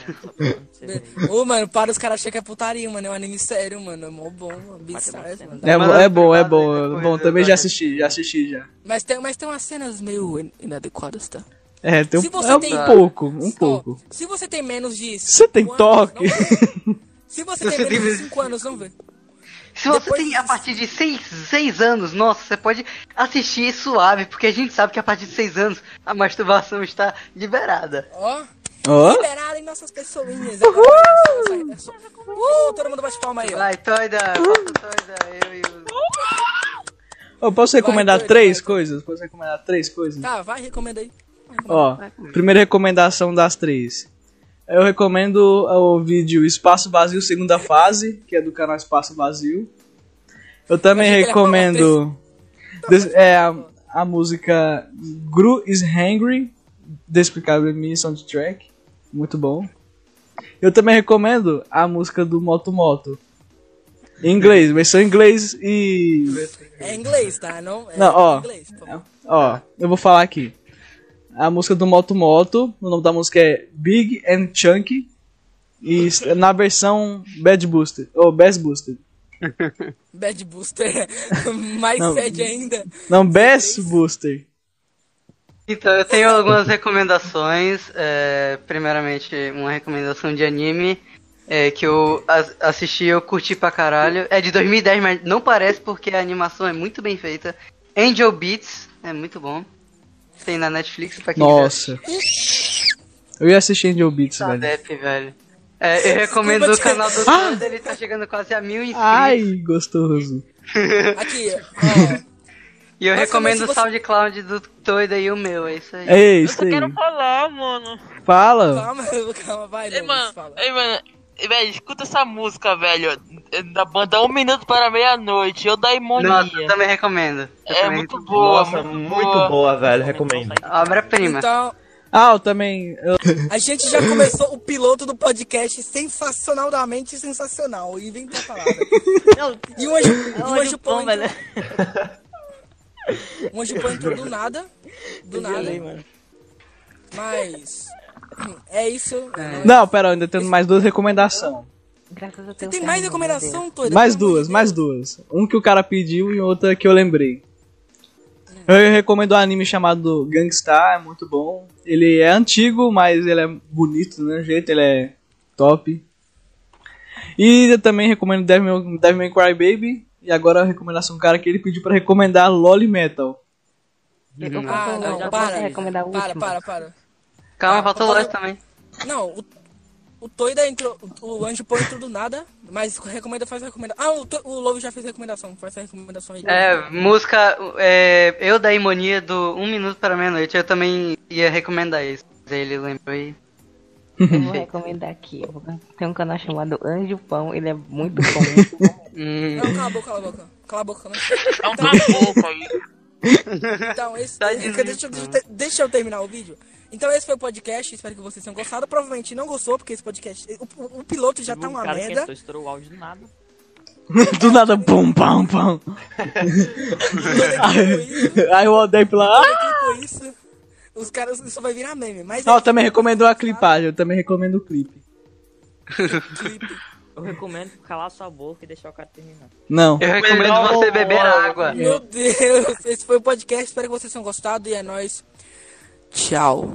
Né? Ô, mano, para, os caras acham que é putaria, mano. É um anime sério, mano. É mó bom, mano. Beastars, mano. É, bo- é bom, é bom, é Depois bom. eu Também já vai. assisti, já assisti já. Mas tem, mas tem umas cenas meio in- inadequadas, tá? É, tem um, Se você é um tem- pouco, um Ó, pouco. se você tem menos de. Você tem cinco anos, toque? não vê. Se você Você tem menos de tem- 5 anos, não vê. Se você Depois tem disso. a partir de 6 anos, nossa, você pode assistir suave, porque a gente sabe que a partir de 6 anos a masturbação está liberada. Ó, Ó, liberado em nossas pessoinhas. É Agora, é só- é só- Uh, todo mundo bate palma aí, ó. Vai, Toida, faça Toida, eu e o. eu posso recomendar doido, três vai, doido. coisas? Posso recomendar três coisas? Tá, vai, recomenda aí. Ó, primeira recomendação das três. Eu recomendo é, o vídeo Espaço Vazio Segunda Fase, que é do canal Espaço Vazio. Eu também Achei que ele ia falar recomendo des- é, a, a música Gru is Hangry, Despicable Me Soundtrack, muito bom. Eu também recomendo a música do Moto Moto. Em inglês, versão em inglês e É inglês, tá? Não, é Não, ó. inglês. por favor. Ó, eu vou falar aqui. A música do Moto Moto, o nome da música é Big and Chunky. E s- na versão Bad Booster, ou Best Booster. Bad Booster. Mais Não. bad ainda. Não, Best Booster. Então, eu tenho algumas recomendações. é, primeiramente, uma recomendação de anime é, que eu as- assisti e eu curti pra caralho. É de 2010, mas não parece porque a animação é muito bem feita. Angel Beats é muito bom. Tem na Netflix pra quem Nossa. Eu ia assistir Angel Beats, quiser. velho. Sadep, velho. É, eu recomendo o canal do Todd, ele tá chegando quase a mil inscritos. Ai, gostoso. Aqui, ó. e eu Nossa, recomendo mas se o você- SoundCloud do Toida e o meu, é isso aí. É Eu isso só aí. quero falar, mano. Fala. Calma, calma, vai, Ei, Lucas, mano, fala. ei, mano. ei, Velho, escuta essa música, velho. Da banda Um Minuto para Meia-Noite. Eu da Nossa, eu Imonia. também recomendo. Eu É também muito boa. Nossa, muito boa, velho. Recomendo. Obra-prima. Então, Ah, eu também. eu- a gente já começou o piloto do podcast sensacionalmente sensacional. Inventa a palavra. Não, E o é anjo, e o um Olha anjo o pão, pão, velho. né? O Um anjo pão entrou do nada. Do nada. Gelei, mano. Mas. É isso. É. Não, pera, eu ainda tenho mais duas recomendações. Graças a Deus. Você tem cara, mais meu Deus. recomendação, Toida? Mais Pelo amor duas, de mais Deus. duas. Um que o cara pediu e outra que eu lembrei. Eu recomendo um anime chamado Gangstar, é muito bom. Ele é antigo, mas ele é bonito do mesmo jeito, ele é top. E eu também recomendo Devilman, Devilman Cry Baby. E agora a recomendação do cara que ele pediu pra recomendar Lolly Metal. Eu posso, Ah, não, eu posso para. recomendar o para, último. para, para. Calma, Ah, faltou o eu- Lost também. Não, o, o Toida entrou. O anjo pão entrou do nada, mas recomenda, faz a recomendação. Ah, o, To- o Lobo já fez a recomendação. Faz a recomendação aí. É, música é, Eu da Imonia do Um Minuto para Meia-Noite. Eu também ia recomendar isso. Mas aí Ele lembrou e. Eu vou recomendar aqui. eu vou- Tem um canal chamado Anjo Pão, ele é muito bom. muito bom. Hum, Não, cala a boca, cala a boca. Cala a boca, né? É um caboclo aí. Então, esse, Tá deixa, eu- deixa, eu- deixa eu terminar o vídeo. Então esse foi o podcast, espero que vocês tenham gostado. Provavelmente não gostou, porque esse podcast. O, o- o piloto já tá Um uma cara que merda. entrou, estourou o áudio do nada. do nada, pum, pam, pam. Aí eu odeio lá. Ah! Tipo isso. Os caras isso vai virar meme. Mas Não, eu também recomendo a clipagem, eu também recomendo o clipe. Eu recomendo calar sua boca e deixar o cara terminar. Não. Eu recomendo você beber água. Meu Deus, esse foi o podcast, espero que vocês tenham gostado e é nóis. Tchau.